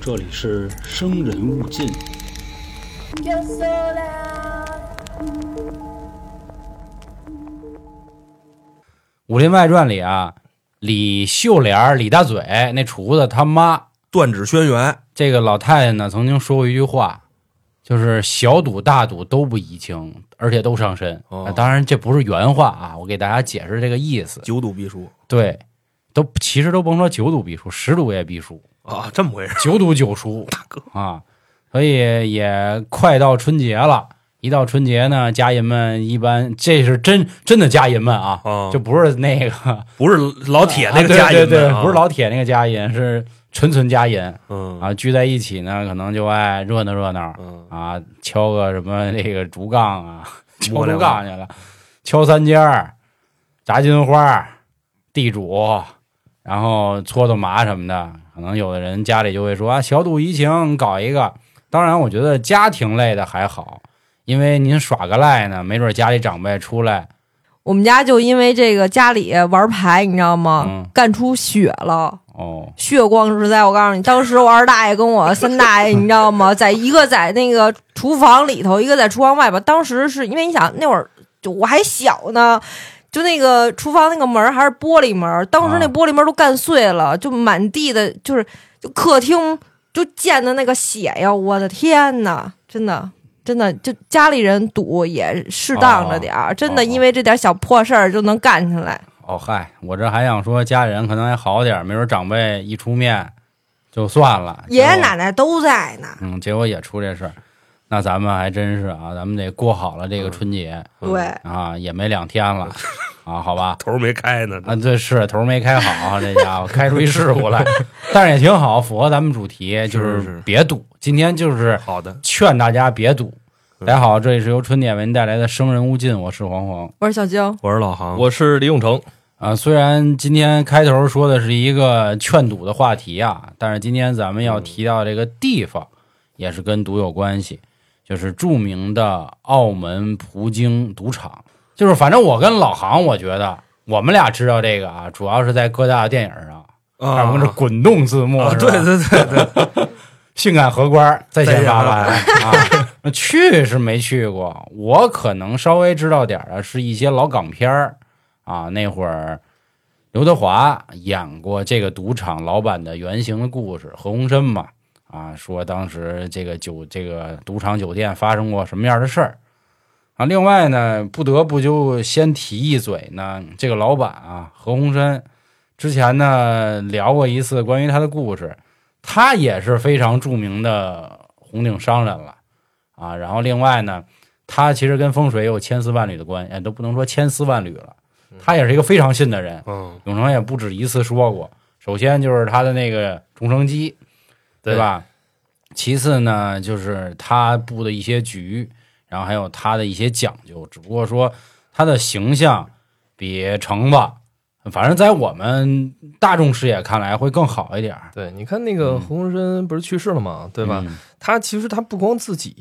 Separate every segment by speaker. Speaker 1: 这里是生人勿近。
Speaker 2: Yo sola,
Speaker 3: 《武林外传》里啊，李秀莲、李大嘴那厨子他妈，
Speaker 4: 断指轩辕，
Speaker 3: 这个老太太呢曾经说过一句话，就是小赌大赌都不宜轻，而且都伤身。
Speaker 4: 哦
Speaker 3: 啊当然这不是原话啊，我给大家解释这个意思。
Speaker 4: 九赌必输
Speaker 3: 对，都其实都甭说九赌必输，十赌也必输，
Speaker 4: 啊，这么回事？
Speaker 3: 九赌九输
Speaker 4: 大哥，
Speaker 3: 啊。所以也快到春节了，一到春节呢，家人们一般这是真真的家人们啊，
Speaker 4: 哦
Speaker 3: 就不是那个。
Speaker 4: 不是老铁那个家
Speaker 3: 啊对
Speaker 4: 人
Speaker 3: 对
Speaker 4: 们
Speaker 3: 对，
Speaker 4: 啊
Speaker 3: 不是老铁那个家人，是纯纯家人
Speaker 4: 嗯
Speaker 3: 啊，聚在一起呢，可能就爱热闹热闹
Speaker 4: 嗯
Speaker 3: 啊，敲个什么这个竹杠 啊，敲
Speaker 4: 摸
Speaker 3: 竹
Speaker 4: 两
Speaker 3: 杠去了，敲三尖儿，炸金花，地主，然后搓搓麻什么的，可能有的人家里就会说啊，小赌怡情，搞一个。当然，我觉得家庭类的还好，因为您耍个赖呢，没准家里长辈出来，
Speaker 5: 我们家就因为这个家里玩牌，你知道吗？
Speaker 3: 嗯
Speaker 5: 干出血了，
Speaker 3: 哦，
Speaker 5: 血光之灾。我告诉你，当时我二大爷跟我三大爷，你知道吗？在一个在那个厨房里头，一个在厨房外边。当时是因为你想那会儿就我还小呢。就那个厨房那个门儿还是玻璃门儿，当时那
Speaker 3: 啊
Speaker 5: 玻璃门儿都干碎了，就满地的，就是就客厅就溅的那个血呀！我的天呐，真的真的，就家里人赌也适当着点儿，真的
Speaker 3: 哦
Speaker 5: 因为这点小破事儿就能干起来。
Speaker 3: 哦嗨，我这还想说家人可能还好点儿，没准长辈一出面就算了。
Speaker 5: 爷爷
Speaker 3: 结果
Speaker 5: 奶奶都在呢，
Speaker 3: 嗯，结果也出这事儿，那咱们还真是啊，咱们得过好了这个春节、
Speaker 5: 对，
Speaker 3: 啊，也没两天了啊，好吧。
Speaker 4: 头儿没开呢，
Speaker 3: 啊，这是头儿没开好，啊这家伙开出一事故 来，但是也挺好，符合咱们主题，就是
Speaker 4: 是
Speaker 3: 别赌。今天就是
Speaker 4: 好的，
Speaker 3: 劝大家别赌。
Speaker 4: 嗯
Speaker 3: 大家好，这里是由春点为您带来的《生人勿近》，我是黄黄。
Speaker 5: 我说小晶，
Speaker 4: 我是老航，
Speaker 6: 我是李永成，
Speaker 3: 啊，虽然今天开头说的是一个劝赌的话题啊，但是今天咱们要提到这个地方，也是跟赌有关系，就是著名的澳门葡京赌场。就是反正我跟老航，我觉得我们俩知道这个啊，主要是在各大电影上，
Speaker 4: 啊
Speaker 3: 要么是滚动字幕，
Speaker 4: 啊，
Speaker 3: 是吧
Speaker 4: 对对对对，
Speaker 3: 性感荷官在线发完啊！ 那去是没去过，我可能稍微知道点儿的是一些老港片儿啊。那会儿刘德华演过这个赌场老板的原型的故事，何鸿燊嘛啊，说当时这个酒这个赌场酒店发生过什么样的事儿啊。另外呢，不得不就先提一嘴呢，这个老板啊，何鸿燊之前呢聊过一次关于他的故事。他也是非常著名的红顶商人了啊。然后另外呢，他其实跟风水有千丝万缕的关系，哎都不能说千丝万缕了。他也是一个非常信的人，
Speaker 4: 嗯，
Speaker 3: 永成也不止一次说过。首先就是他的那个重生机，对吧？其次呢，就是他布的一些局，然后还有他的一些讲究。只不过说他的形象比橙子，反正在我们大众视野看来会更好一点儿，
Speaker 6: 对，你看那
Speaker 4: 嗯
Speaker 6: 个何鸿燊不是去世了吗？对吧？
Speaker 3: 嗯？
Speaker 6: 他其实他不光自己，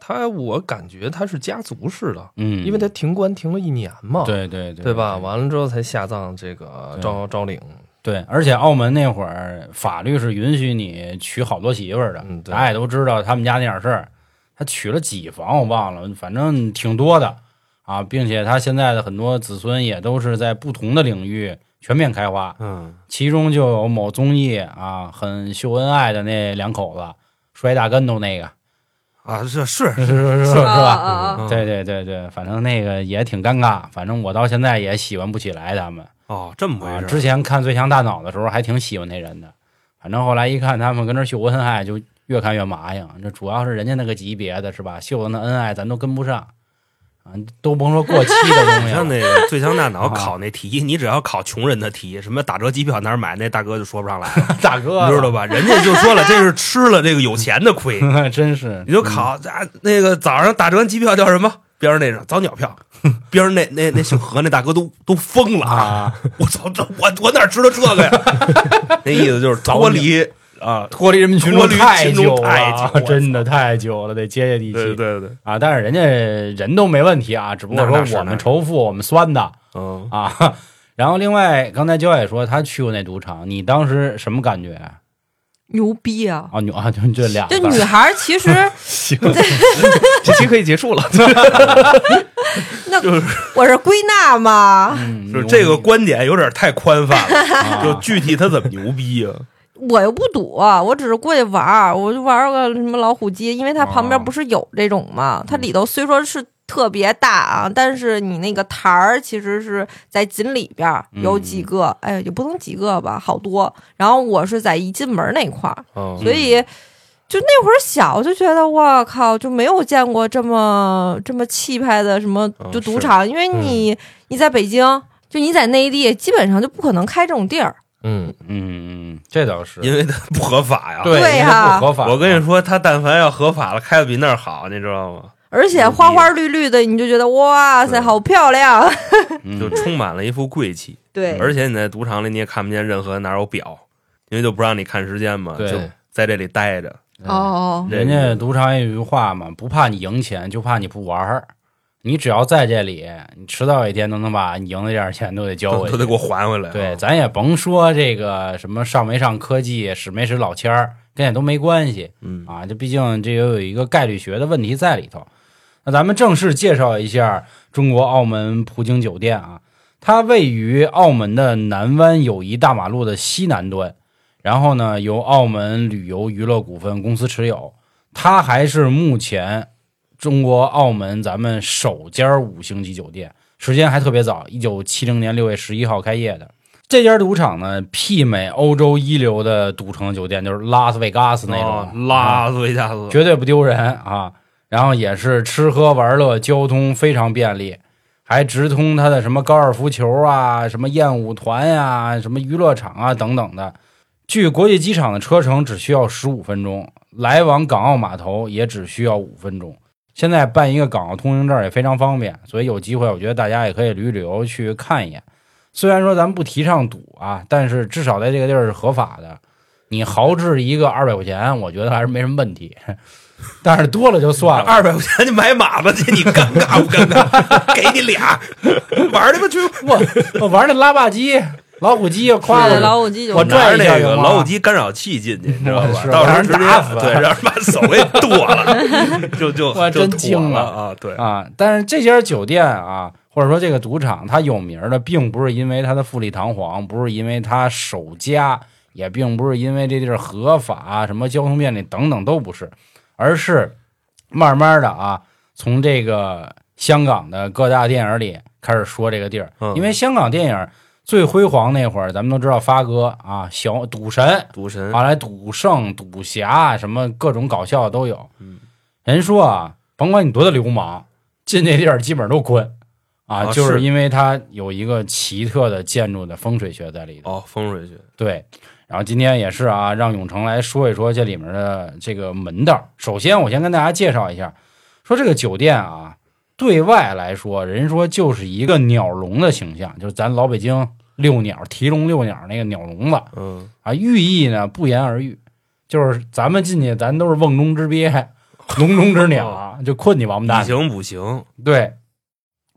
Speaker 6: 他我感觉他是家族式的，
Speaker 3: 嗯，
Speaker 6: 因为他停官停了一年嘛，
Speaker 3: 对对对，
Speaker 6: 对吧？完了之后才下葬这个
Speaker 3: 对
Speaker 6: 昭昭陵，
Speaker 3: 对，而且澳门那会儿法律是允许你娶好多媳妇儿的，
Speaker 6: 嗯对
Speaker 3: 大家也都知道他们家那点事儿，他娶了几房我忘了，反正挺多的啊，并且他现在的很多子孙也都是在不同的领域全面开花，
Speaker 4: 嗯，
Speaker 3: 其中就有某综艺啊很秀恩爱的那两口子摔大跟头那个，
Speaker 4: 啊，这是
Speaker 3: 是是是 是
Speaker 5: 啊
Speaker 3: 吧？
Speaker 5: 啊啊！
Speaker 4: 嗯
Speaker 3: 对对对对，反正那个也挺尴尬，反正我到现在也喜欢不起来他们。
Speaker 4: 哦，这么
Speaker 3: 啊，
Speaker 4: 回
Speaker 3: 之
Speaker 4: 事，
Speaker 3: 前看《最强大脑》的时候还挺喜欢那人的，反正后来一看他们跟那秀恩爱，就越看越麻痒。这主要是人家那个级别的是吧？秀的那恩爱咱都跟不上啊，都甭说过期的东 西
Speaker 4: 像
Speaker 3: 了。
Speaker 4: 那个最强大脑
Speaker 3: 啊
Speaker 4: 考那题，你只要考穷人的题，什么打折机票哪儿买，那大哥就说不上来了，
Speaker 3: 大哥，
Speaker 4: 你知道吧？人家就说了，这是吃了这个有钱的亏，
Speaker 6: 嗯
Speaker 3: 吧？ 真是，
Speaker 4: 你就考啊，那个早上打折机票叫什么？边上那是早鸟票，边上那那那姓何那大哥都都疯了啊！
Speaker 3: 啊，
Speaker 4: 我操，这我我哪知道这个呀？ 那意思就是早我离啊，
Speaker 3: 脱离人民群众
Speaker 4: 脱离
Speaker 3: 太
Speaker 4: 群众
Speaker 3: 久
Speaker 4: 太
Speaker 3: 了，
Speaker 4: 久了
Speaker 3: 真的太久了，得接接地气。
Speaker 4: 对对，
Speaker 3: 啊，但是人家人都没问题啊，只不过
Speaker 4: 那那是
Speaker 3: 说我
Speaker 4: 那
Speaker 3: 们
Speaker 4: 是
Speaker 3: 仇富，我们酸的
Speaker 4: 嗯，
Speaker 3: 啊。然后另外，刚才焦也说他去过那赌场，你当时什么感觉？
Speaker 5: 牛逼啊！
Speaker 3: 啊，女啊，就这俩字
Speaker 5: 就
Speaker 3: 儿，
Speaker 5: 女孩儿其实
Speaker 6: 行，这期可以结束了。
Speaker 5: 那我是归纳嘛，
Speaker 3: 嗯
Speaker 4: 就是这个观点有点太宽泛 了，
Speaker 3: 啊
Speaker 4: 就具体他怎么牛逼啊呀？
Speaker 5: 我又不赌，啊我只是过去玩儿，我就玩儿个什么老虎机，因为它旁边
Speaker 3: 哦
Speaker 5: 不是有这种嘛，它里头虽说是特别大啊，但是你那个台儿其实是在井里边儿有几个，哎，也不能几个吧，好多。然后我是在一进门那块儿，
Speaker 6: 哦
Speaker 5: 所以就那会儿小就觉得我靠，就没有见过这么这么气派的什么
Speaker 6: 嗯
Speaker 5: 就是赌场，因为你、你在北京，就你在内地，基本上就不可能开这种地儿。
Speaker 6: 嗯，
Speaker 3: 嗯，嗯这倒是，
Speaker 4: 因为他不合法呀。
Speaker 3: 对啊
Speaker 5: 对
Speaker 3: 因为
Speaker 5: 呀
Speaker 3: 不合法。
Speaker 4: 啊我跟你说，他但凡要合法了，开的比那儿好，你知道吗？
Speaker 5: 而且花花绿绿的，你就觉得哇塞，
Speaker 4: 对
Speaker 5: 好漂亮！
Speaker 3: 嗯，
Speaker 4: 就充满了一副贵气。
Speaker 5: 对，
Speaker 4: 而且你在赌场里你也看不见任何哪有表，因为就不让你看时间嘛，
Speaker 3: 对
Speaker 4: 就在这里待着。
Speaker 5: 哦，
Speaker 4: 这
Speaker 3: 人家赌场有一句话嘛，不怕你赢钱，就怕你不玩儿。你只要在这里，你迟早有一天都能把你赢的这点钱都得交
Speaker 4: 都
Speaker 3: 回
Speaker 4: 都
Speaker 3: 去。
Speaker 4: 得给我还回来啊。
Speaker 3: 对，咱也甭说这个什么上没上科技，使没使老千儿，跟也都没关系
Speaker 4: 嗯，
Speaker 3: 啊。这毕竟这也有一个概率学的问题在里头。那咱们正式介绍一下中国澳门葡京酒店啊，它位于澳门的南湾友谊大马路的西南端，然后呢由澳门旅游娱乐股份公司持有，它还是目前中国澳门咱们首家五星级酒店，时间还特别早，一九七零年六月十一号开业的。这家赌场呢，媲美欧洲一流的赌城酒店，就是拉斯维加斯那
Speaker 4: 哦
Speaker 3: 种啊
Speaker 4: 拉斯维加斯，
Speaker 3: 绝对不丢人啊。然后也是吃喝玩乐，交通非常便利，还直通它的什么高尔夫球啊、什么艳舞团呀、什么娱乐场啊等等的。距国际机场的车程只需要十五分钟，来往港澳码头也只需要五分钟。现在办一个港澳通行证也非常方便，所以有机会我觉得大家也可以旅旅游去看一眼。虽然说咱们不提倡赌啊，但是至少在这个地儿是合法的。你豪掷一个二百块钱，我觉得还是没什么问题。 但是多了就算 了，
Speaker 4: 二百块钱你买马子去，你尴尬不尴 尬？给你俩，玩去吧去吧。
Speaker 3: 我 我玩那拉霸机、老虎机，夸
Speaker 5: 对
Speaker 3: 了
Speaker 5: 老虎机就
Speaker 3: 我
Speaker 4: 拿着
Speaker 3: 拽一下
Speaker 4: 那
Speaker 3: 就
Speaker 4: 个
Speaker 3: 完了
Speaker 4: 老虎机干扰器进去，你知道吧？
Speaker 3: 是
Speaker 4: 到时候
Speaker 3: 让人
Speaker 4: 直接
Speaker 3: 打死
Speaker 4: 对，让人把手给剁 了，就就
Speaker 3: 我
Speaker 4: 就
Speaker 3: 真
Speaker 4: 妥
Speaker 3: 惊
Speaker 4: 了
Speaker 3: 了
Speaker 4: 啊！对，
Speaker 3: 啊。但是这家酒店啊，或者说这个赌场，它有名儿的，并不是因为它的富丽堂皇，不是因为它首家，也并不是因为这地儿合法、什么交通便利等等都不是，而是慢慢的啊，从这个香港的各大电影里开始说这个地儿，
Speaker 4: 嗯
Speaker 3: 因为香港电影最辉煌那会儿，咱们都知道发哥啊，小赌神，
Speaker 4: 赌神
Speaker 3: 后来赌圣、赌侠什么各种搞笑的都有。
Speaker 4: 嗯
Speaker 3: 人说啊，甭管你多大流氓，进这地儿基本上都滚啊，
Speaker 4: 啊
Speaker 3: 就是是因为它有一个奇特的建筑的风水学在里头。
Speaker 4: 哦，风水学
Speaker 3: 对，然后今天也是啊，让永成来说一说这里面的这个门道。首先，我先跟大家介绍一下，说这个酒店啊，对外来说，人说就是一个鸟笼的形象，就是咱老北京遛鸟、提笼遛鸟那个鸟笼子。
Speaker 4: 嗯，
Speaker 3: 啊，寓意呢不言而喻，就是咱们进去，咱都是瓮中之鳖，笼中之鸟，啊就困你王
Speaker 4: 不
Speaker 3: 八蛋。
Speaker 4: 行不行，
Speaker 3: 对，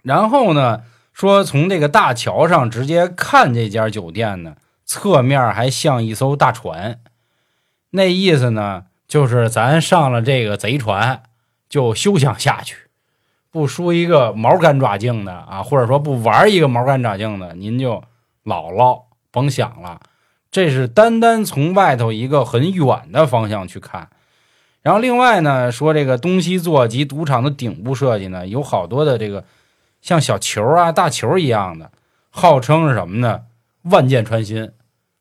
Speaker 3: 然后呢，说从这个大桥上直接看这家酒店呢，侧面还像一艘大船，那意思呢，就是咱上了这个贼船，就休想下去。不输一个毛干爪净的啊，或者说不玩一个毛干爪净的，您就姥姥甭想了。这是单单从外头一个很远的方向去看。然后另外呢，说这个东西座及赌场的顶部设计呢，有好多的这个像小球啊、大球一样的，号称是什么呢？万箭穿心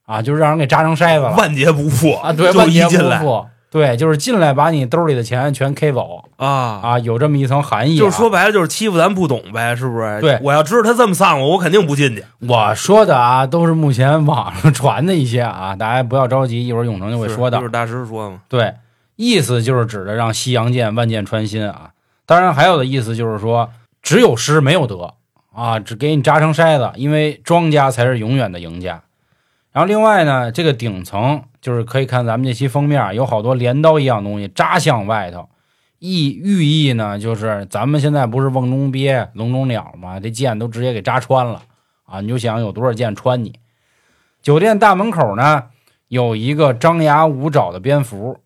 Speaker 3: 啊，就是让人给扎成筛子了
Speaker 4: 万劫不复
Speaker 3: 啊！对，
Speaker 4: 就
Speaker 3: 万
Speaker 4: 一
Speaker 3: 劫
Speaker 4: 进
Speaker 3: 不
Speaker 4: 来
Speaker 3: 复。对，就是进来把你兜里的钱全 K 走
Speaker 4: 啊。
Speaker 3: 啊，有这么一层含义、啊。
Speaker 4: 就是说白了，就是欺负咱不懂呗，是不是？
Speaker 3: 对
Speaker 4: 我要知道他这么丧我，我肯定不 进去。
Speaker 3: 我说的啊，都是目前网上传的一些啊，大家不要着急，一会儿永成就会
Speaker 4: 是
Speaker 3: 说到
Speaker 4: 就。是大师说嘛，
Speaker 3: 对，意思就是指的让西洋剑万箭穿心啊。当然，还有的意思就是说，只有失没有得啊，只给你扎成筛子，因为庄家才是永远的赢家。然后另外呢，这个顶层就是可以看咱们这期封面有好多镰刀一样东西扎向外头，意寓意呢就是咱们现在不是瓮中鳖、笼中鸟嘛，这箭都直接给扎穿了啊！你就想有多少箭穿你。酒店大门口呢有一个张牙舞爪的蝙蝠，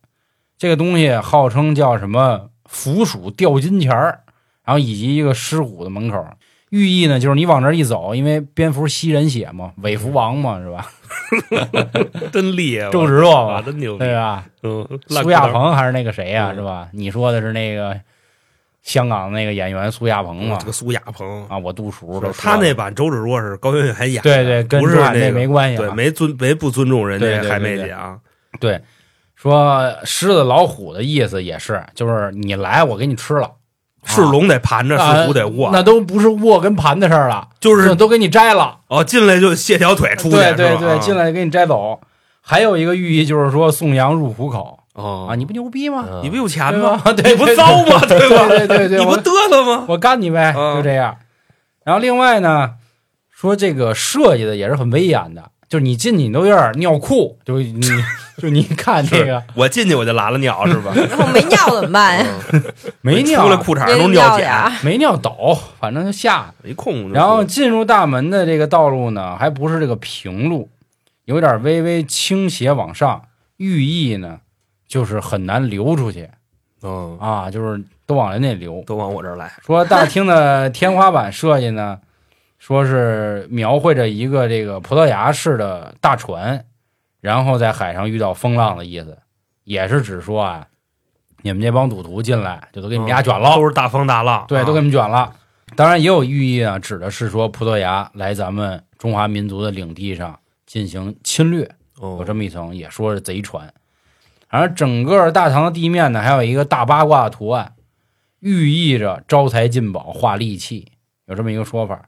Speaker 3: 这个东西号称叫什么“腐鼠吊金钱儿”，然后以及一个狮虎的门口，寓意呢就是你往这儿一走，因为蝙蝠吸人血嘛，伪蝠王嘛，是吧？
Speaker 4: 真厉害，
Speaker 3: 周芷若
Speaker 4: 啊，
Speaker 3: 嘛，
Speaker 4: 真牛逼
Speaker 3: 对！吧？
Speaker 4: 嗯，烂
Speaker 3: 苏亚
Speaker 4: 裤裆
Speaker 3: 鹏还是那个谁呀、
Speaker 4: 嗯
Speaker 3: 是吧？你说的是那个香港的那个演员苏亚鹏嘛
Speaker 4: 嗯这？个苏亚鹏，
Speaker 3: 啊，我杜熟
Speaker 4: 是
Speaker 3: 了。
Speaker 4: 他那版周芷若是高圆圆演的，
Speaker 3: 对对，跟
Speaker 4: 不是
Speaker 3: 朱亚
Speaker 4: 那
Speaker 3: 那
Speaker 4: 个
Speaker 3: 没关系、
Speaker 4: 对，
Speaker 3: 啊。
Speaker 4: 没尊没不尊重人
Speaker 3: 对
Speaker 4: 家
Speaker 3: 对
Speaker 4: 海
Speaker 3: 对
Speaker 4: 妹
Speaker 3: 对
Speaker 4: 姐啊，
Speaker 3: 对说狮子老虎的意思也是，就是你来我给你吃了，
Speaker 4: 是龙得盘着，
Speaker 3: 啊
Speaker 4: 是虎得卧，
Speaker 3: 那都不是握跟盘的事儿了，
Speaker 4: 就是
Speaker 3: 这都给你摘了。
Speaker 4: 哦，进来就卸条腿出去，
Speaker 3: 对对
Speaker 4: 是吧啊
Speaker 3: 对，进来就给你摘走。还有一个寓意就是说送羊入虎口
Speaker 4: 哦
Speaker 3: 啊，你不牛逼吗？
Speaker 6: 嗯
Speaker 4: 你不有钱
Speaker 3: 对
Speaker 4: 吗？
Speaker 3: 吧？对，
Speaker 4: 你不
Speaker 3: 对
Speaker 4: 糟吗？对吧？
Speaker 3: 对对对 对，
Speaker 4: 你不
Speaker 3: 我
Speaker 4: 嘚瑟 吗？
Speaker 3: 我干你呗，
Speaker 4: 嗯
Speaker 3: 就这样。然后另外呢，说这个设计的也是很威严的，就是你进去你都有点尿裤，就你 就你看这个
Speaker 4: 我进去我就拉了尿是吧？
Speaker 5: 然后没尿怎么办呀？
Speaker 4: 出
Speaker 3: 没
Speaker 4: 来
Speaker 3: 尿
Speaker 4: 裤衩
Speaker 5: 也
Speaker 4: 都
Speaker 5: 得
Speaker 4: 尿
Speaker 5: 点
Speaker 4: 碱，
Speaker 5: 儿，
Speaker 3: 没尿斗，反正就吓的。
Speaker 4: 一空就
Speaker 3: 然后
Speaker 4: 出
Speaker 3: 进入大门的这个道路呢，还不是这个平路，有点微微倾斜往上，寓意呢就是很难流出去
Speaker 4: 嗯，
Speaker 3: 啊，就是都往人那流。
Speaker 4: 都往我这儿来，
Speaker 3: 说大厅的天花板设计呢， 说是描绘着一个这个葡萄牙式的大船，然后在海上遇到风浪的意思，也是指说啊，你们这帮赌徒进来就都
Speaker 4: 嗯
Speaker 3: 给你们家卷了，
Speaker 4: 都是大风大浪，
Speaker 3: 对，
Speaker 4: 啊
Speaker 3: 都给你们卷了。当然也有寓意啊，指的是说葡萄牙来咱们中华民族的领地上进行侵略，有
Speaker 4: 哦
Speaker 3: 这么一层，也说是贼船。而整个大堂的地面呢，还有一个大八卦的图案，寓意着招财进宝、化利器，有这么一个说法。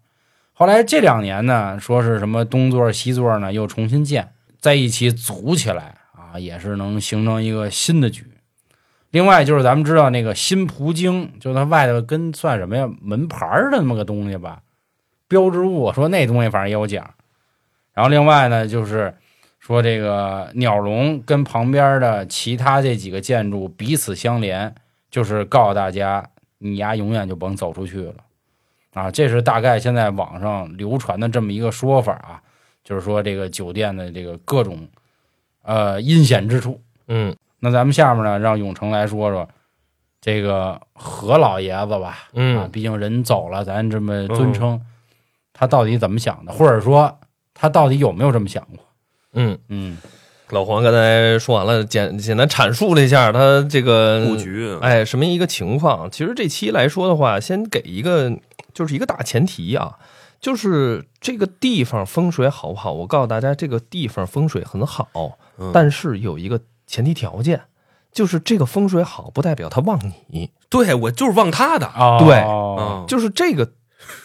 Speaker 3: 后来这两年呢，说是什么东座西座呢又重新建在一起组起来啊，也是能形成一个新的局。另外就是咱们知道那个新葡京，就它外头跟算什么呀门牌儿的那么个东西吧，标志物。我说那东西反正也有讲。然后另外呢，就是说这个鸟笼跟旁边的其他这几个建筑彼此相连，就是告诉大家，你丫永远就甭走出去了啊！这是大概现在网上流传的这么一个说法啊，就是说这个酒店的这个各种呃阴险之处。
Speaker 6: 嗯
Speaker 3: 那咱们下面呢，让永成来说说这个何老爷子吧，啊，
Speaker 6: 嗯，
Speaker 3: 毕竟人走了，咱这么尊称，他到底怎么想的，或者说他到底有没有这么想过？
Speaker 6: 嗯，
Speaker 3: 嗯
Speaker 6: 老黄刚才说完了，简简单阐述了一下他这个
Speaker 4: 布局，
Speaker 6: 哎，什么一个情况？其实这期来说的话，先给一个就是一个大前提啊，就是这个地方风水好不好？我告诉大家，这个地方风水很好，
Speaker 4: 嗯
Speaker 6: 但是有一个前提条件，就是这个风水好不代表它旺你，
Speaker 4: 对我就是忘他的，
Speaker 3: 啊
Speaker 6: 对
Speaker 3: 啊，
Speaker 4: 嗯，
Speaker 6: 就是这个，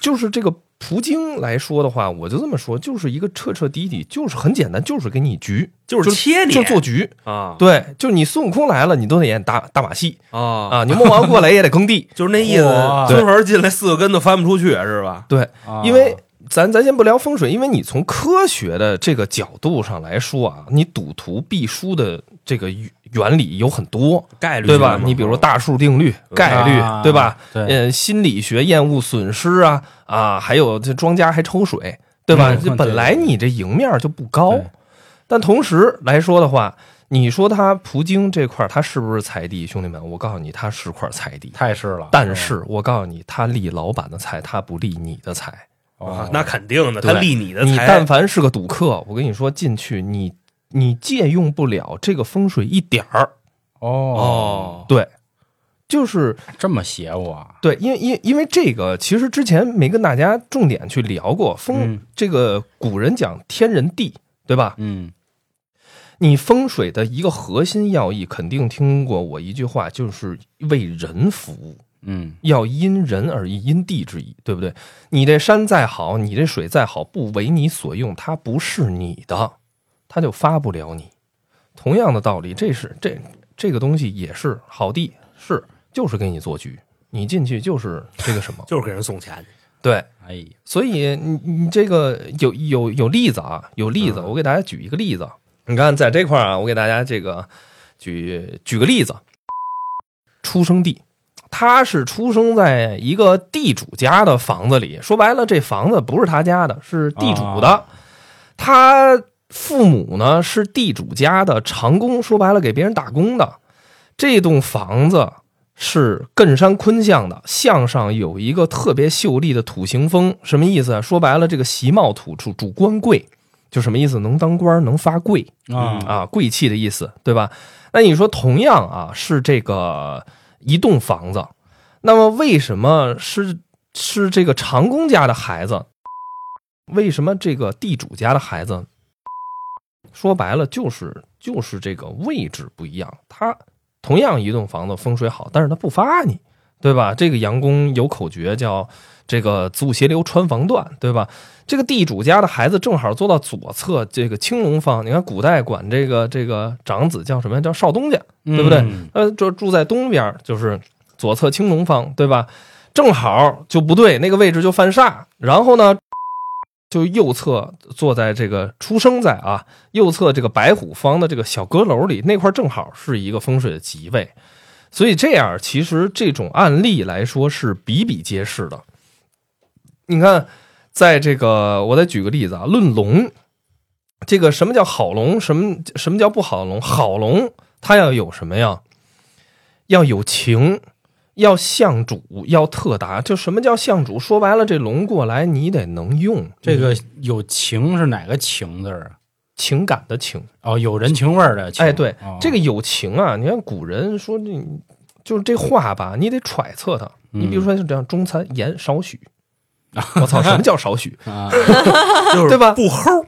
Speaker 6: 就是这个。葡京来说的话，我就这么说，就是一个彻彻底底，就是很简单，就是给你局，
Speaker 4: 就是切你，
Speaker 6: 就做局。
Speaker 4: 啊，
Speaker 6: 对，就是你孙悟空来了，你都得演大大马戏
Speaker 4: 啊
Speaker 6: 啊，牛魔王过来也得耕地，
Speaker 4: 就是那意思
Speaker 3: 哇，
Speaker 4: 孙猴进来四个跟头翻不出去是吧？
Speaker 6: 对，
Speaker 3: 啊
Speaker 6: 因为咱咱先不聊风水，因为你从科学的这个角度上来说啊，你赌徒必输的这个原理有很多，
Speaker 4: 概率
Speaker 6: 对吧
Speaker 4: 嘛？
Speaker 6: 你比如说大数定律、概率，
Speaker 3: 啊
Speaker 6: 对吧？
Speaker 3: 对，
Speaker 6: 嗯，心理学厌恶损失啊啊，还有这庄家还抽水，对吧？
Speaker 3: 嗯
Speaker 6: 这本来你这赢面就不高
Speaker 3: 对，
Speaker 6: 但同时来说的话，你说他葡京这块儿他是不是菜地？兄弟们，我告诉你，他是块菜地。
Speaker 3: 太是
Speaker 4: 啊
Speaker 3: 了。
Speaker 4: 嗯
Speaker 6: 但是我告诉你，他立老板的财，他不立你的财。
Speaker 3: 哦
Speaker 4: 啊那肯定的，
Speaker 6: 对
Speaker 4: 他立你的
Speaker 6: 你
Speaker 4: 财，
Speaker 6: 但，凡是个赌客，我跟你说，进去你你借用不了这个风水一点儿。
Speaker 3: 哦，
Speaker 6: 对，就是
Speaker 3: 这么邪乎啊！
Speaker 6: 对，因为因为因为这个，其实之前没跟大家重点去聊过风，
Speaker 3: 嗯
Speaker 6: 这个古人讲天人地，对吧？
Speaker 3: 嗯
Speaker 6: 你风水的一个核心要义，肯定听过我一句话，就是为人服务。
Speaker 3: 嗯，
Speaker 6: 要因人而异，因地制宜，对不对？你这山再好，你这水再好，不为你所用，它不是你的，它就发不了你。同样的道理，这是这这个东西也是好地是就是给你做局，你进去就是这个什么
Speaker 4: 就是给人送 钱，
Speaker 6: 对。
Speaker 3: 哎呀，
Speaker 6: 所以你你这个有有有例子啊，有例子，我给大家举一个例子。你看在这块儿啊，我给大家这个举举个例子，出生地，他是出生在一个地主家的房子里。说白了，这房子不是他家的，是地主的。
Speaker 3: 啊
Speaker 6: 他父母呢是地主家的长工，说白了给别人打工的。这栋房子是艮山坤向的，向上有一个特别秀丽的土行风，什么意思啊？说白了，这个席帽土主主官贵，就什么意思？能当官，能发贵。
Speaker 3: 啊，
Speaker 6: 啊，贵气的意思，对吧？那你说同样啊，是这个一栋房子，那么为什么是是这个长工家的孩子？为什么这个地主家的孩子？说白了就是就是这个位置不一样，他同样一栋房子风水好，但是他不发你，对吧？这个杨公有口诀叫这个祖斜流穿房断，对吧？这个地主家的孩子正好坐到左侧这个青龙方。你看古代管这个这个长子叫什么呀？叫少东家，对不对
Speaker 3: 嗯
Speaker 6: 呃，住住在东边，就是左侧青龙方，对吧？正好就不对，那个位置就犯煞。然后呢，就右侧坐在这个出生在啊右侧这个白虎方的这个小阁楼里，那块正好是一个风水的吉位。所以这样，其实这种案例来说是比比皆是的。你看，在这个我再举个例子啊，论龙，这个什么叫好龙，什么什么叫不好龙？好龙它要有什么呀？要有情，要向主，要特达。就什么叫向主？说白了，这龙过来你得能用
Speaker 3: 这个有情是哪个情字儿啊？
Speaker 6: 情感的情。
Speaker 3: 哦，有人情味儿的情。
Speaker 6: 哎，对，
Speaker 3: 哦
Speaker 6: 这个有情啊，你看古人说这，就是这话吧，你得揣测它。
Speaker 3: 嗯
Speaker 6: 你比如说像这样，中餐盐少 许。我操，什么叫少许？
Speaker 3: 啊，
Speaker 4: 就是
Speaker 6: 对吧
Speaker 4: 不齁，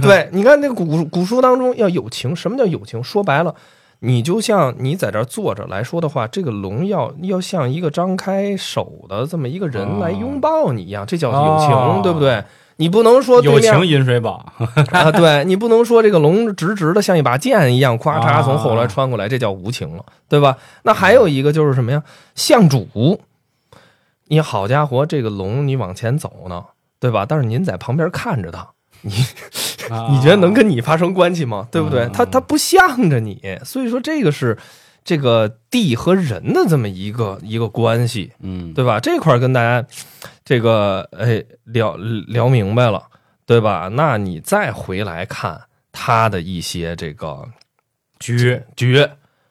Speaker 6: 对，你看那个古古书当中要有情，什么叫有情？说白了，你就像你在这儿坐着来说的话，这个龙要要像一个张开手的这么一个人来拥抱你一样，这叫有情，
Speaker 3: 哦
Speaker 6: 对不对？你不能说对
Speaker 3: 有
Speaker 6: 面
Speaker 3: 情饮水饱。
Speaker 6: 啊，对你不能说这个龙直直的像一把剑一样，咵
Speaker 3: 啊
Speaker 6: 嚓从后来穿过来，这叫无情了，对吧？那还有一个就是什么呀？向主，你好家伙，这个龙你往前走呢，对吧？但是您在旁边看着它，
Speaker 3: 啊
Speaker 6: 你觉得能跟你发生关系吗？对不对
Speaker 3: 嗯？
Speaker 6: 他他不向着你，所以说这个是这个地和人的这么一个一个关系，
Speaker 3: 嗯，
Speaker 6: 对吧？这块儿跟大家这个哎聊聊明白了，对吧？那你再回来看他的一些这个
Speaker 3: 局
Speaker 6: 局，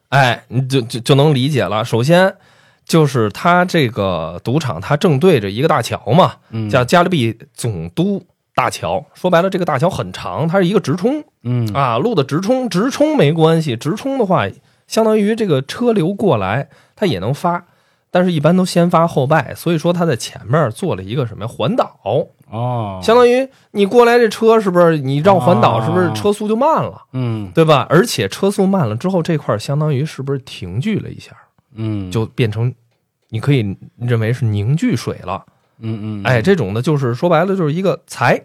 Speaker 6: 哎，你就就就能理解了。首先就是他这个赌场，它正对着一个大桥嘛，
Speaker 3: 嗯
Speaker 6: 叫加勒比总督大桥。说白了，这个大桥很长，它是一个直冲
Speaker 3: 嗯
Speaker 6: 啊，路的直冲，直冲没关系，直冲的话，相当于这个车流过来，它也能发。但是，一般都先发后败，所以说他在前面做了一个什么呀环岛，
Speaker 3: 哦，
Speaker 6: 相当于你过来这车是不是你绕环岛，
Speaker 3: 啊
Speaker 6: 是不是车速就慢了？
Speaker 3: 嗯
Speaker 6: 对吧？而且车速慢了之后，这块儿相当于是不是停聚了一下，
Speaker 3: 嗯，
Speaker 6: 就变成你可以认为是凝聚水了。
Speaker 3: 嗯嗯，
Speaker 6: 哎，这种的就是说白了就是一个财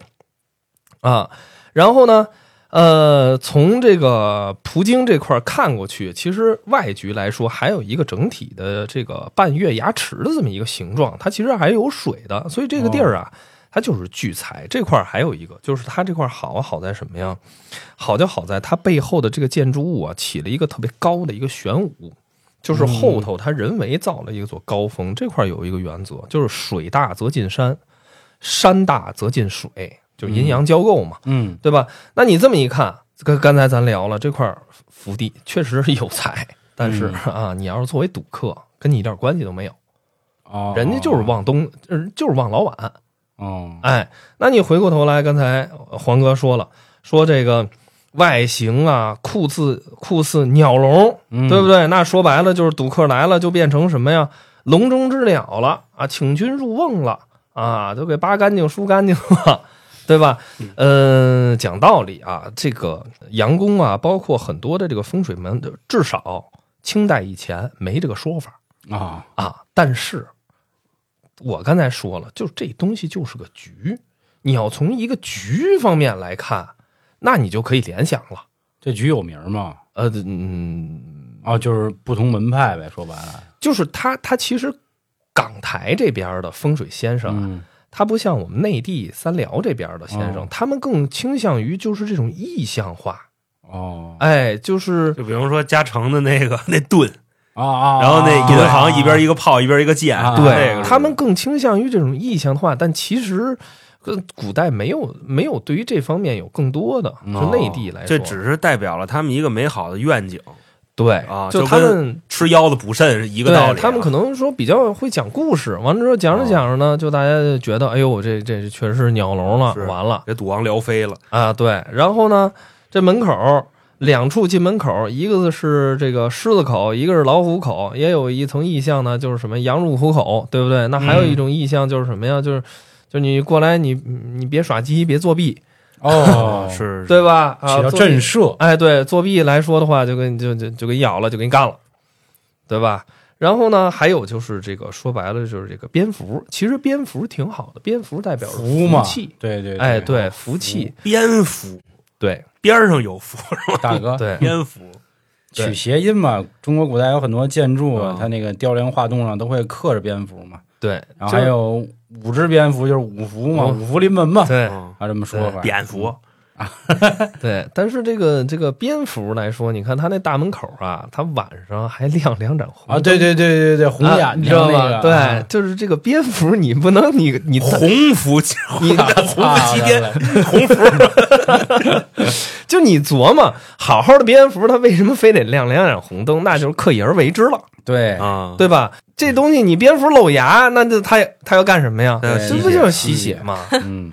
Speaker 6: 啊。然后呢，呃，从这个葡京这块儿看过去，其实外局来说还有一个整体的这个半月牙池的这么一个形状，它其实还有水的，所以这个地儿啊，它就是聚财这块儿还有一个，就是它这块儿好啊好在什么呀？好就好在它背后的这个建筑物啊，起了一个特别高的一个玄武，就是后头它人为造了一座高峰。这块儿有一个原则，就是水大则进山，山大则进水，就阴阳交构嘛，
Speaker 3: 嗯
Speaker 6: 对吧？那你这么一看，跟刚才咱聊了这块儿福地确实是有财，但是、啊，你要是作为赌客，跟你一点关系都没有，
Speaker 3: 哦，
Speaker 6: 嗯人家就是往东，呃就是往老晚。
Speaker 3: 哦，
Speaker 6: 哎，那你回过头来，刚才黄哥说了，说这个外形啊，酷似酷似鸟笼，
Speaker 3: 嗯
Speaker 6: 对不对？那说白了就是赌客来了，就变成什么呀？笼中之鸟了啊，请君入瓮了啊，都给扒干净、梳干净了， 对吧？嗯、讲道理啊，这个杨公啊，包括很多的这个风水门，至少清代以前没这个说法。
Speaker 3: 啊
Speaker 6: 啊，但是我刚才说了，就是这东西就是个局，你要从一个局方面来看，那你就可以联想了。
Speaker 3: 这局有名吗？
Speaker 6: 呃，嗯，
Speaker 3: 哦，就是不同门派呗，说白了，
Speaker 6: 就是他，他其实港台这边的风水先生啊，
Speaker 3: 嗯
Speaker 6: 他不像我们内地三辽这边的先生，
Speaker 3: 哦
Speaker 6: 他们更倾向于就是这种意象化，
Speaker 3: 哦
Speaker 6: 哎，就是
Speaker 4: 就比如说嘉诚的那个 那盾，
Speaker 3: 啊啊，
Speaker 4: 然后那银行一边
Speaker 3: 一
Speaker 4: 一个炮，一边一个剑
Speaker 3: 啊，
Speaker 6: 对
Speaker 4: 那个
Speaker 6: 他们更倾向于这种意象化，但其实呃古代没有没有对于这方面有更多的，就内地来说，
Speaker 4: 哦这只是代表了他们一个美好的愿景，
Speaker 6: 对
Speaker 4: 啊
Speaker 6: 就
Speaker 4: 就
Speaker 6: 他
Speaker 4: 跟
Speaker 6: 们
Speaker 4: 吃腰子补肾是一个道理啊。哦
Speaker 6: 对他们可能说比较会讲故事，完了之后讲着讲着呢，就大家就觉得，哎呦，这这确实是鸟笼了
Speaker 4: 是，
Speaker 6: 完了
Speaker 4: 这赌王聊飞了，
Speaker 6: 啊，对。然后呢，这门口两处进门口，一个是这个狮子口，一个是老虎口，也有一层意象呢，就是什么羊入虎口，对不对？那还有
Speaker 3: 嗯
Speaker 6: 一种意象就是什么呀？就是就是你过来你，你别耍鸡，别作弊，
Speaker 3: 哦，
Speaker 4: 是
Speaker 6: 对吧？啊，
Speaker 3: 起到
Speaker 6: 作弊
Speaker 3: 震慑，
Speaker 6: 哎，对，作弊来说的话，就跟就就就给你咬了，就给你干了，对吧？然后呢，还有就是这个说白了就是这个蝙蝠，其实蝙蝠挺好的，蝙蝠代表着
Speaker 3: 服嘛，
Speaker 6: 气，
Speaker 3: 对对，
Speaker 6: 哎，，对，福气，
Speaker 4: 蝙蝠
Speaker 6: 对
Speaker 4: 边儿上有蝠，
Speaker 3: 大哥，
Speaker 6: 对
Speaker 4: 蝙蝠
Speaker 6: 对
Speaker 3: 取谐音嘛，中国古代有很多建筑啊
Speaker 6: 嗯，
Speaker 3: 它那个雕梁画栋上啊都会刻着蝙蝠嘛，
Speaker 6: 对，
Speaker 3: 然后
Speaker 6: 就
Speaker 3: 还有五只蝙蝠就是五福嘛，
Speaker 6: 嗯
Speaker 3: 五福临门嘛，
Speaker 6: 对
Speaker 3: 啊，这么说
Speaker 4: 嗯
Speaker 3: 法，
Speaker 4: 蝙蝠
Speaker 6: 对，但是这个这个蝙蝠来说，你看它那大门口啊，它晚上还亮两盏红
Speaker 3: 啊，对对对对对，红
Speaker 6: 灯啊
Speaker 3: 眼
Speaker 6: 你
Speaker 3: 睛
Speaker 6: 知道
Speaker 3: 那
Speaker 6: 吗？
Speaker 3: 个，啊
Speaker 6: 对，就是这个蝙蝠，你不能你你
Speaker 4: 红福，
Speaker 6: 你
Speaker 3: 啊
Speaker 4: 红福齐天，红福
Speaker 6: 就你琢磨，好好的蝙蝠，它为什么非得亮两盏红灯？那就是刻意而为之了，
Speaker 3: 对
Speaker 4: 啊，
Speaker 6: 对吧？这东西你蝙蝠露牙，那就它它要干什么呀？
Speaker 4: 对
Speaker 6: 这不就是吸血吗？
Speaker 3: 嗯，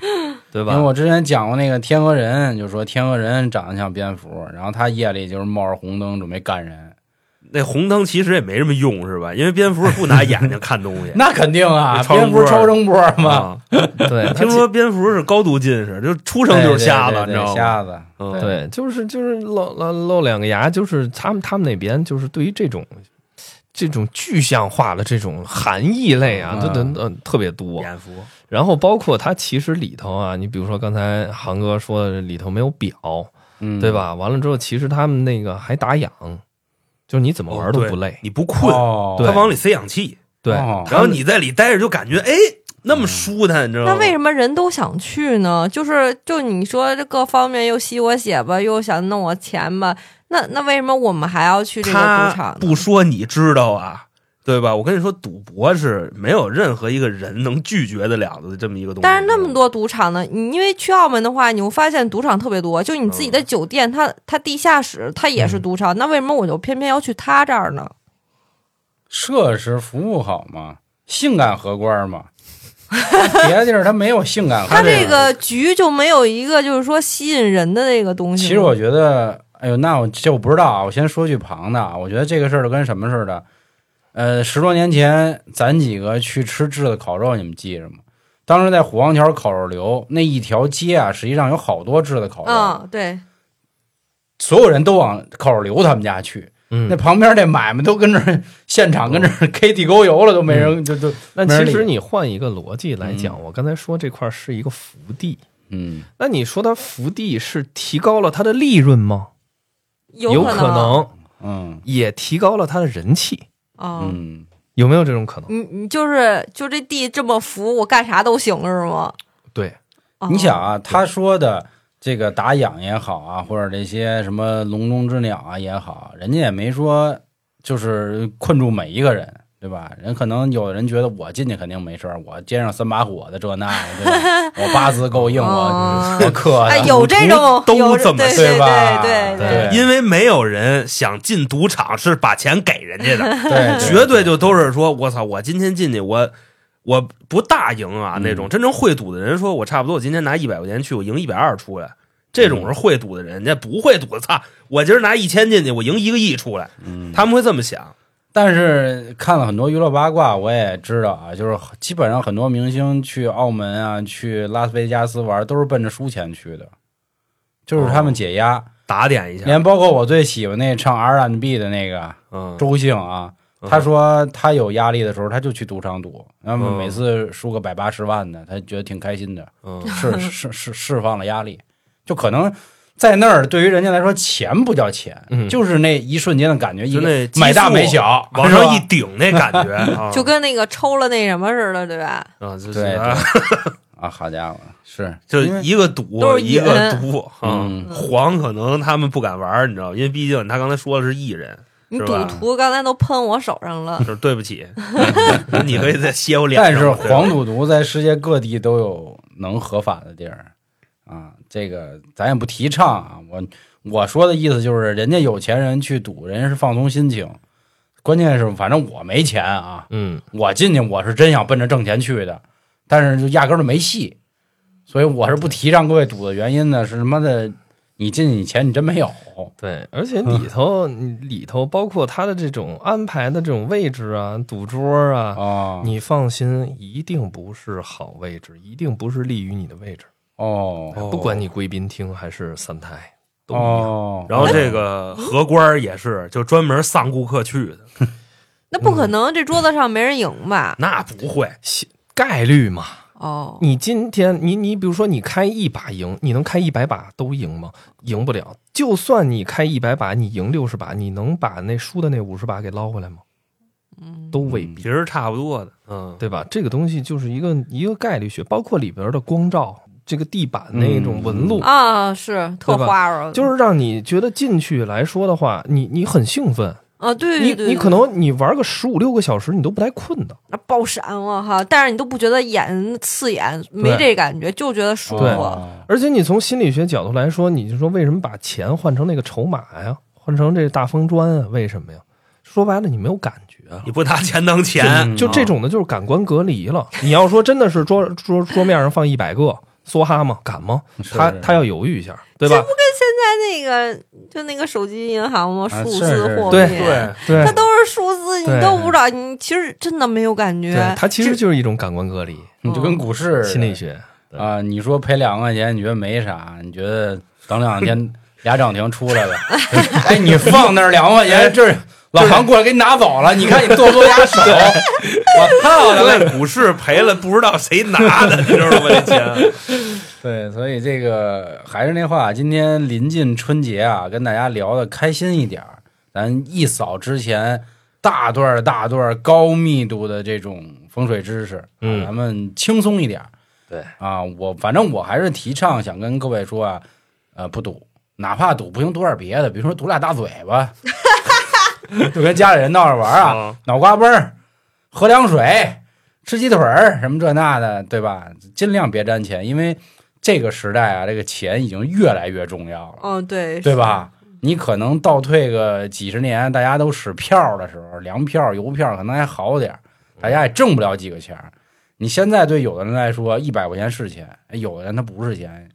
Speaker 6: 对
Speaker 3: 因为
Speaker 6: 吧？
Speaker 3: 我之前讲过那个天鹅人，就说天鹅人长得像蝙蝠，然后他夜里就是冒着红灯准备干人，。
Speaker 4: 那红灯其实也没什么用，是吧？因为蝙蝠不拿眼睛看东 西
Speaker 3: 那肯定啊，
Speaker 4: 那超声
Speaker 3: 蝙
Speaker 4: 波
Speaker 3: 蝠超声波嘛，
Speaker 4: 啊，
Speaker 6: 对，它
Speaker 4: 听说蝙蝠是高度近视，就出生就是瞎子，你
Speaker 3: 对对对
Speaker 4: 知道吗？
Speaker 3: 瞎子，
Speaker 4: 嗯
Speaker 3: 对
Speaker 6: 对，就是就是露露露两个牙，就是他们他们那边就是对于这种这种具象化的这种含义类啊，
Speaker 3: 嗯
Speaker 6: 都等等特别多。
Speaker 4: 蝙蝠
Speaker 6: 然后包括它其实里头啊，你比如说刚才航哥说的里头没有表，
Speaker 3: 嗯，
Speaker 6: 对？吧？完了之后，其实他们那个还打氧，就是你怎么玩都不累。
Speaker 4: 你不困，
Speaker 3: 哦，
Speaker 6: 对
Speaker 4: 它往里塞氧气，
Speaker 6: 对，
Speaker 3: 哦
Speaker 4: 然后你在里待着就感觉哎那
Speaker 6: 嗯
Speaker 4: 么舒坦，你知道吗？
Speaker 5: 那为什么人都想去呢？就是就你说这各方面又吸我血吧，又想弄我钱吧，那那为什么我们还要去这个赌
Speaker 4: 他
Speaker 5: 场呢？
Speaker 4: 不说你知道啊，对吧？我跟你说，赌博是没有任何一个人能拒绝得了的这么一个东西。
Speaker 5: 但是那么多赌场呢，你因为去澳门的话，你会发现赌场特别多，就你自己的酒店，它它地下室它也是赌场，那为什么我就偏偏要去他这儿呢？
Speaker 3: 设施服务好嘛，性感荷官嘛， 别的地儿它没有性感荷
Speaker 5: 它
Speaker 3: 官。
Speaker 5: 这个局就没有一个就是说吸引人的那个东西吗。
Speaker 3: 其实我觉得，哎呦，那我这我不知道啊。我先说句旁的啊，我觉得这个事儿就跟什么似的，呃，十多年前咱几个去吃炙子烤肉，你们记着吗？当时在虎王桥烤肉流那一条街啊，实际上有好多炙子烤肉，
Speaker 5: 嗯，对，
Speaker 3: 所有人都往烤肉流他们家去。那
Speaker 6: 嗯，
Speaker 3: 旁边那买卖都跟这儿现场跟这儿 K 地沟油了，都没人，就就
Speaker 6: 那
Speaker 3: 没人
Speaker 6: 其实
Speaker 3: 理
Speaker 6: 你换一个逻辑来讲，我刚才说这块是一个福地，
Speaker 3: 嗯，
Speaker 6: 那你说它福地是提高了它的利润吗？有
Speaker 5: 可
Speaker 6: 能，
Speaker 3: 嗯
Speaker 6: 也提高了它的人气，
Speaker 5: 啊。
Speaker 3: 嗯，
Speaker 6: 有没有这种可能？
Speaker 5: 你你就是就这地这么服，我干啥都行是吗？
Speaker 6: 对，
Speaker 5: 哦
Speaker 3: 你想啊，他说的这个打氧也好啊，或者这些什么笼中之鸟啊也好，人家也没说就是困住每一个人，对吧？人可能有的人觉得我进去肯定没事儿，我肩上三把火的这那的，对吧？我八字够硬，我
Speaker 5: 哦
Speaker 3: 我克
Speaker 5: 哎，
Speaker 3: 的，
Speaker 5: 有这种
Speaker 4: 都
Speaker 5: 有
Speaker 4: 这么
Speaker 5: 对
Speaker 3: 对
Speaker 5: 对
Speaker 3: 吧
Speaker 5: 对对
Speaker 6: 对
Speaker 4: 因为没有人想进赌场是把钱给人家的，
Speaker 3: 对，
Speaker 4: 绝对就都是说，我操，我今天进去我。我不大赢啊，
Speaker 3: 嗯
Speaker 4: 那种真正会赌的人说，我差不多，我今天拿一百块钱去，我赢一百二出来，这
Speaker 3: 嗯
Speaker 4: 种是会赌的人。人家不会赌的，操，我今儿拿一千进去，我赢一个亿出来，
Speaker 3: 嗯
Speaker 4: 他们会这么想。
Speaker 3: 但是看了很多娱乐八卦，我也知道啊，就是基本上很多明星去澳门啊、去拉斯维加斯玩，都是奔着输钱去的，就是他们解压。
Speaker 4: 打点一下，
Speaker 3: 连包括我最喜欢那唱 R&B 的那个
Speaker 4: 嗯，
Speaker 3: 周兴啊，
Speaker 4: 嗯
Speaker 3: 他说他有压力的时候，他就去赌场赌，那么
Speaker 4: 嗯
Speaker 3: 每次输个百八十万的，他觉得挺开心的，
Speaker 4: 嗯
Speaker 3: 是是是释放了压力，就可能。在那儿，对于人家来说，钱不叫钱，
Speaker 6: 嗯
Speaker 3: 就是那一瞬间的感觉，一
Speaker 4: 就那激素
Speaker 3: 买大买小，
Speaker 4: 往
Speaker 3: 是
Speaker 4: 上
Speaker 3: 吧
Speaker 4: 一顶那感 觉，啊
Speaker 5: 就跟那个抽了那什么似的，对吧？
Speaker 4: 啊，就是
Speaker 3: 对
Speaker 4: 啊
Speaker 3: 啊，好家伙，是
Speaker 4: 就
Speaker 3: 因为
Speaker 4: 一个赌
Speaker 5: 都是
Speaker 4: 一个
Speaker 5: 人
Speaker 4: 赌啊。
Speaker 3: 嗯，
Speaker 4: 黄可能他们不敢玩儿，你知道，因为毕竟他刚才说的是艺人，
Speaker 5: 你
Speaker 4: 是
Speaker 5: 赌
Speaker 4: 吧
Speaker 5: 徒刚才都喷我手上了
Speaker 4: 就，是对不起，你可以再歇我脸
Speaker 3: 但
Speaker 4: 上
Speaker 3: 是
Speaker 4: 了。对吧
Speaker 3: 黄赌毒在世界各地都有能合法的地儿啊。这个咱也不提倡啊。我我说的意思就是，人家有钱人去赌，人家是放松心情。关键是，反正我没钱啊，
Speaker 6: 嗯，
Speaker 3: 我进去我是真想奔着挣钱去的，但是就压根儿就没戏。所以我是不提倡各位赌的原因呢，是他妈的，你进去你钱你真没有。
Speaker 6: 对，而且里头、你里头包括他的这种安排的这种位置啊、赌桌啊，
Speaker 3: 啊，
Speaker 6: 你放心，一定不是好位置，一定不是利于你的位置。
Speaker 3: 哦
Speaker 4: 哦
Speaker 6: 不管你贵宾厅还是三台，都一样。
Speaker 3: 哦，
Speaker 4: 然后这个荷官儿也是，就专门丧顾客去的，
Speaker 5: 那不可能，这桌子上没人赢吧？
Speaker 4: 那不会，
Speaker 6: 概率嘛，
Speaker 5: 哦，
Speaker 6: 你今天你你比如说你开一把赢，你能开一百把都赢吗？赢不了。就算你开一百把，你赢六十把，你能把那输的那五十把给捞回来吗？
Speaker 5: 嗯，
Speaker 6: 都未
Speaker 4: 其
Speaker 6: 必，
Speaker 4: 实差不多的，嗯，
Speaker 6: 对吧？这个东西就是一个一个概率学，包括里边的光照，这个地板那
Speaker 5: 嗯
Speaker 6: 种纹路，
Speaker 5: 啊，是特花儿，啊
Speaker 6: 就是让你觉得进去来说的话，你你很兴奋，
Speaker 5: 啊，对
Speaker 6: 你
Speaker 5: 对对，
Speaker 6: 你可能你玩个十五六个小时，你都不带困的。
Speaker 5: 那爆闪我哈，但是你都不觉得眼刺眼，没
Speaker 6: 对
Speaker 5: 这感觉，就觉得舒
Speaker 6: 对
Speaker 5: 服。
Speaker 3: 啊
Speaker 6: 而且你从心理学角度来说，你就说为什么把钱换成那个筹码呀，换成这大风砖啊？为什么呀？说白了，你没有感觉啊。
Speaker 4: 你不拿钱当
Speaker 5: 嗯
Speaker 4: 钱，嗯
Speaker 6: 就这种的，就是感官隔离了。你要说真的是桌桌桌面上放一百个，梭哈吗？敢吗？
Speaker 3: 是
Speaker 6: 他
Speaker 3: 是
Speaker 6: 他要犹豫一下，对吧？
Speaker 5: 他那个就那个手机银行嘛，
Speaker 3: 啊
Speaker 5: 数
Speaker 3: 是
Speaker 5: 字
Speaker 3: 是
Speaker 5: 货币，
Speaker 6: 对
Speaker 4: 对，
Speaker 6: 对
Speaker 5: 它，都是数字，
Speaker 6: 对
Speaker 5: 你都不知道，你其实真的没有感
Speaker 6: 对
Speaker 5: 觉。
Speaker 6: 他其实就是一种感官隔离，
Speaker 3: 你嗯就跟股市
Speaker 6: 嗯心理学。
Speaker 3: 啊、你说赔两万块钱，你觉得没啥？你觉得等两 天俩涨停出来了，哎，你放那儿两万块钱，这老韩过来给你拿走了，你看你剁不剁牙 手？我操！
Speaker 4: 现在股市赔了，不知道谁拿的，你知道吗？这钱，
Speaker 3: 对，所以这个还是那话，今天临近春节啊，跟大家聊的开心一点儿，咱一扫之前大段儿大段儿高密度的这种风水知识，
Speaker 6: 嗯
Speaker 3: 啊咱们轻松一点儿。
Speaker 6: 对
Speaker 3: 啊，我反正我还是提倡想跟各位说啊，呃，不赌，哪怕赌不行，赌点别的，比如说赌俩大嘴 巴， 就跟家里人闹着玩儿 啊，
Speaker 4: 啊，
Speaker 3: 脑瓜崩儿，喝凉水，吃鸡腿儿，什么这那的，对吧？尽量别沾钱，因为这个时代啊，这个钱已经越来越重要了，
Speaker 5: 嗯，对，
Speaker 3: 对吧？你可能倒退个几十年，大家都使票的时候，粮票、邮票可能还好点儿，大家也挣不了几个钱儿。你现在对有的人来说，一百块钱是钱，哎有的人他不是钱。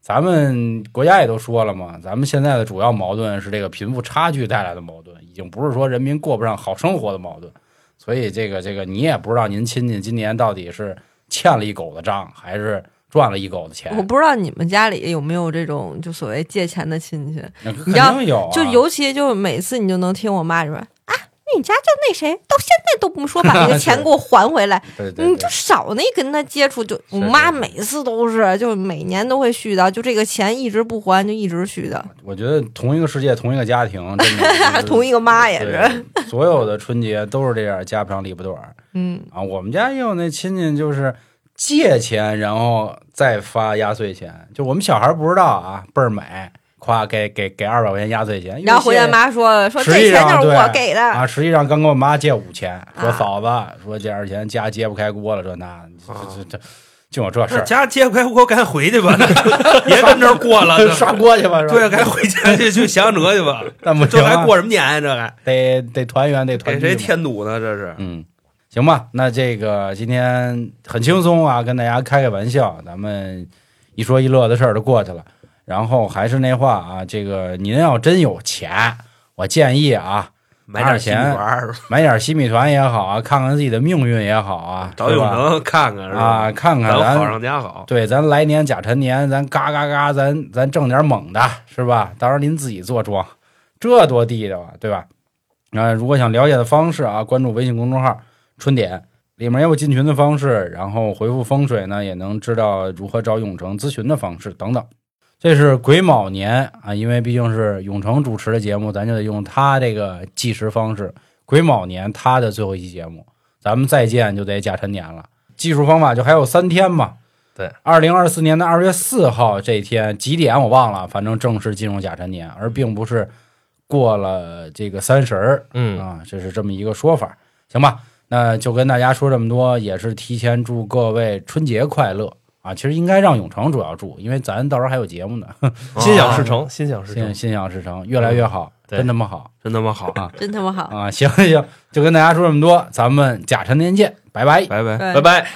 Speaker 3: 咱们国家也都说了嘛，咱们现在的主要矛盾是这个贫富差距带来的矛盾，已经不是说人民过不上好生活的矛盾。所以这个这个，你也不知道您亲戚今年到底是欠了一狗的账，还是赚了一狗的钱。
Speaker 5: 我不知道你们家里有没有这种就所谓借钱的亲戚，
Speaker 3: 那肯
Speaker 5: 你知道
Speaker 3: 定有、啊，
Speaker 5: 就尤其就每次你就能听我妈就说啊，你家就那谁到现在都不说把你 的钱给我还回来，
Speaker 3: 对对
Speaker 5: 你
Speaker 3: 对
Speaker 5: 嗯就少那跟他接触。就我
Speaker 3: 是
Speaker 5: 妈
Speaker 3: 是
Speaker 5: 每次都是，就每年都会续的，就这个钱一直不还，就一直续的。
Speaker 3: 我觉得同一个世界，同一个家庭，真的
Speaker 5: 同一个妈也是，
Speaker 3: 是对。所有的春节都是这样，家不长里不短儿
Speaker 5: 嗯，
Speaker 3: 啊。我们家也有那亲戚，就是借钱然后再发压岁钱，就我们小孩儿不知道啊，倍儿美，夸给给给二百块钱压岁钱，
Speaker 5: 然后回
Speaker 3: 谢
Speaker 5: 家
Speaker 3: 谢
Speaker 5: 妈说了，说
Speaker 3: 实
Speaker 5: 这
Speaker 3: 际
Speaker 5: 钱
Speaker 3: 上
Speaker 5: 就是我
Speaker 3: 对
Speaker 5: 给的，
Speaker 3: 啊，实际上刚跟我妈借五千，说
Speaker 5: 啊
Speaker 3: 嫂子说这点钱家揭不开锅了，这那这这这就有这事
Speaker 4: 那
Speaker 3: 儿，
Speaker 4: 家接不开锅，赶紧回去吧， 别跟这儿过了，
Speaker 3: 刷锅去吧，是吧
Speaker 4: 对，赶紧回家去去祥哲去 吧，
Speaker 3: 但不
Speaker 4: 这
Speaker 3: 行
Speaker 4: 还
Speaker 3: 啊，
Speaker 4: 过什么年呀？这还
Speaker 3: 得得团圆，得团
Speaker 4: 给
Speaker 3: 聚嘛
Speaker 4: 谁添堵呢？这是，
Speaker 3: 嗯，行吧，那这个今天很轻松啊，跟大家开个玩笑，咱们一说一乐的事儿就过去了。然后还是那话啊，这个您要真有钱，我建议啊，
Speaker 4: 买点西米
Speaker 3: 二钱
Speaker 4: 团儿，
Speaker 3: 买点西米团也好啊，看看自己的命运也好啊，
Speaker 4: 找
Speaker 3: 对
Speaker 4: 永
Speaker 3: 吧
Speaker 4: 城看看是吧？
Speaker 3: 啊，看看
Speaker 4: 咱好
Speaker 3: 咱
Speaker 4: 上加好，
Speaker 3: 对咱来年甲辰年，咱嘎嘎嘎，咱咱挣点猛的，是吧？到时候您自己坐庄，这多地道啊，对吧？啊、如果想了解的方式啊，关注微信公众号“春点”，里面也有进群的方式，然后回复“风水呢”也能知道如何找永城咨询的方式等等。这是癸卯年啊，因为毕竟是永城主持的节目，咱就得用他这个计时方式。癸卯年他的最后一期节目，咱们再见就得甲辰年了。技术方法就还有三天嘛。
Speaker 6: 对，
Speaker 3: 二零二四年的二月四号这一天几点我忘了，反正正式进入甲辰年，而并不是过了这个三十儿
Speaker 6: 嗯，
Speaker 3: 啊，这是这么一个说法，行吧？那就跟大家说这么多，也是提前祝各位春节快乐啊，其实应该让永城主要住，因为咱到时候还有节目呢。
Speaker 6: 心想事成，啊心想事
Speaker 3: 心
Speaker 6: 成，
Speaker 3: 心想事成，越来越好，
Speaker 6: 嗯对
Speaker 3: 真他妈好啊
Speaker 4: 真他妈好，
Speaker 5: 真他妈好。
Speaker 3: 啊！行行，就跟大家说这么多，咱们甲辰年见，拜拜。
Speaker 4: 拜拜。
Speaker 5: 对
Speaker 6: 拜拜。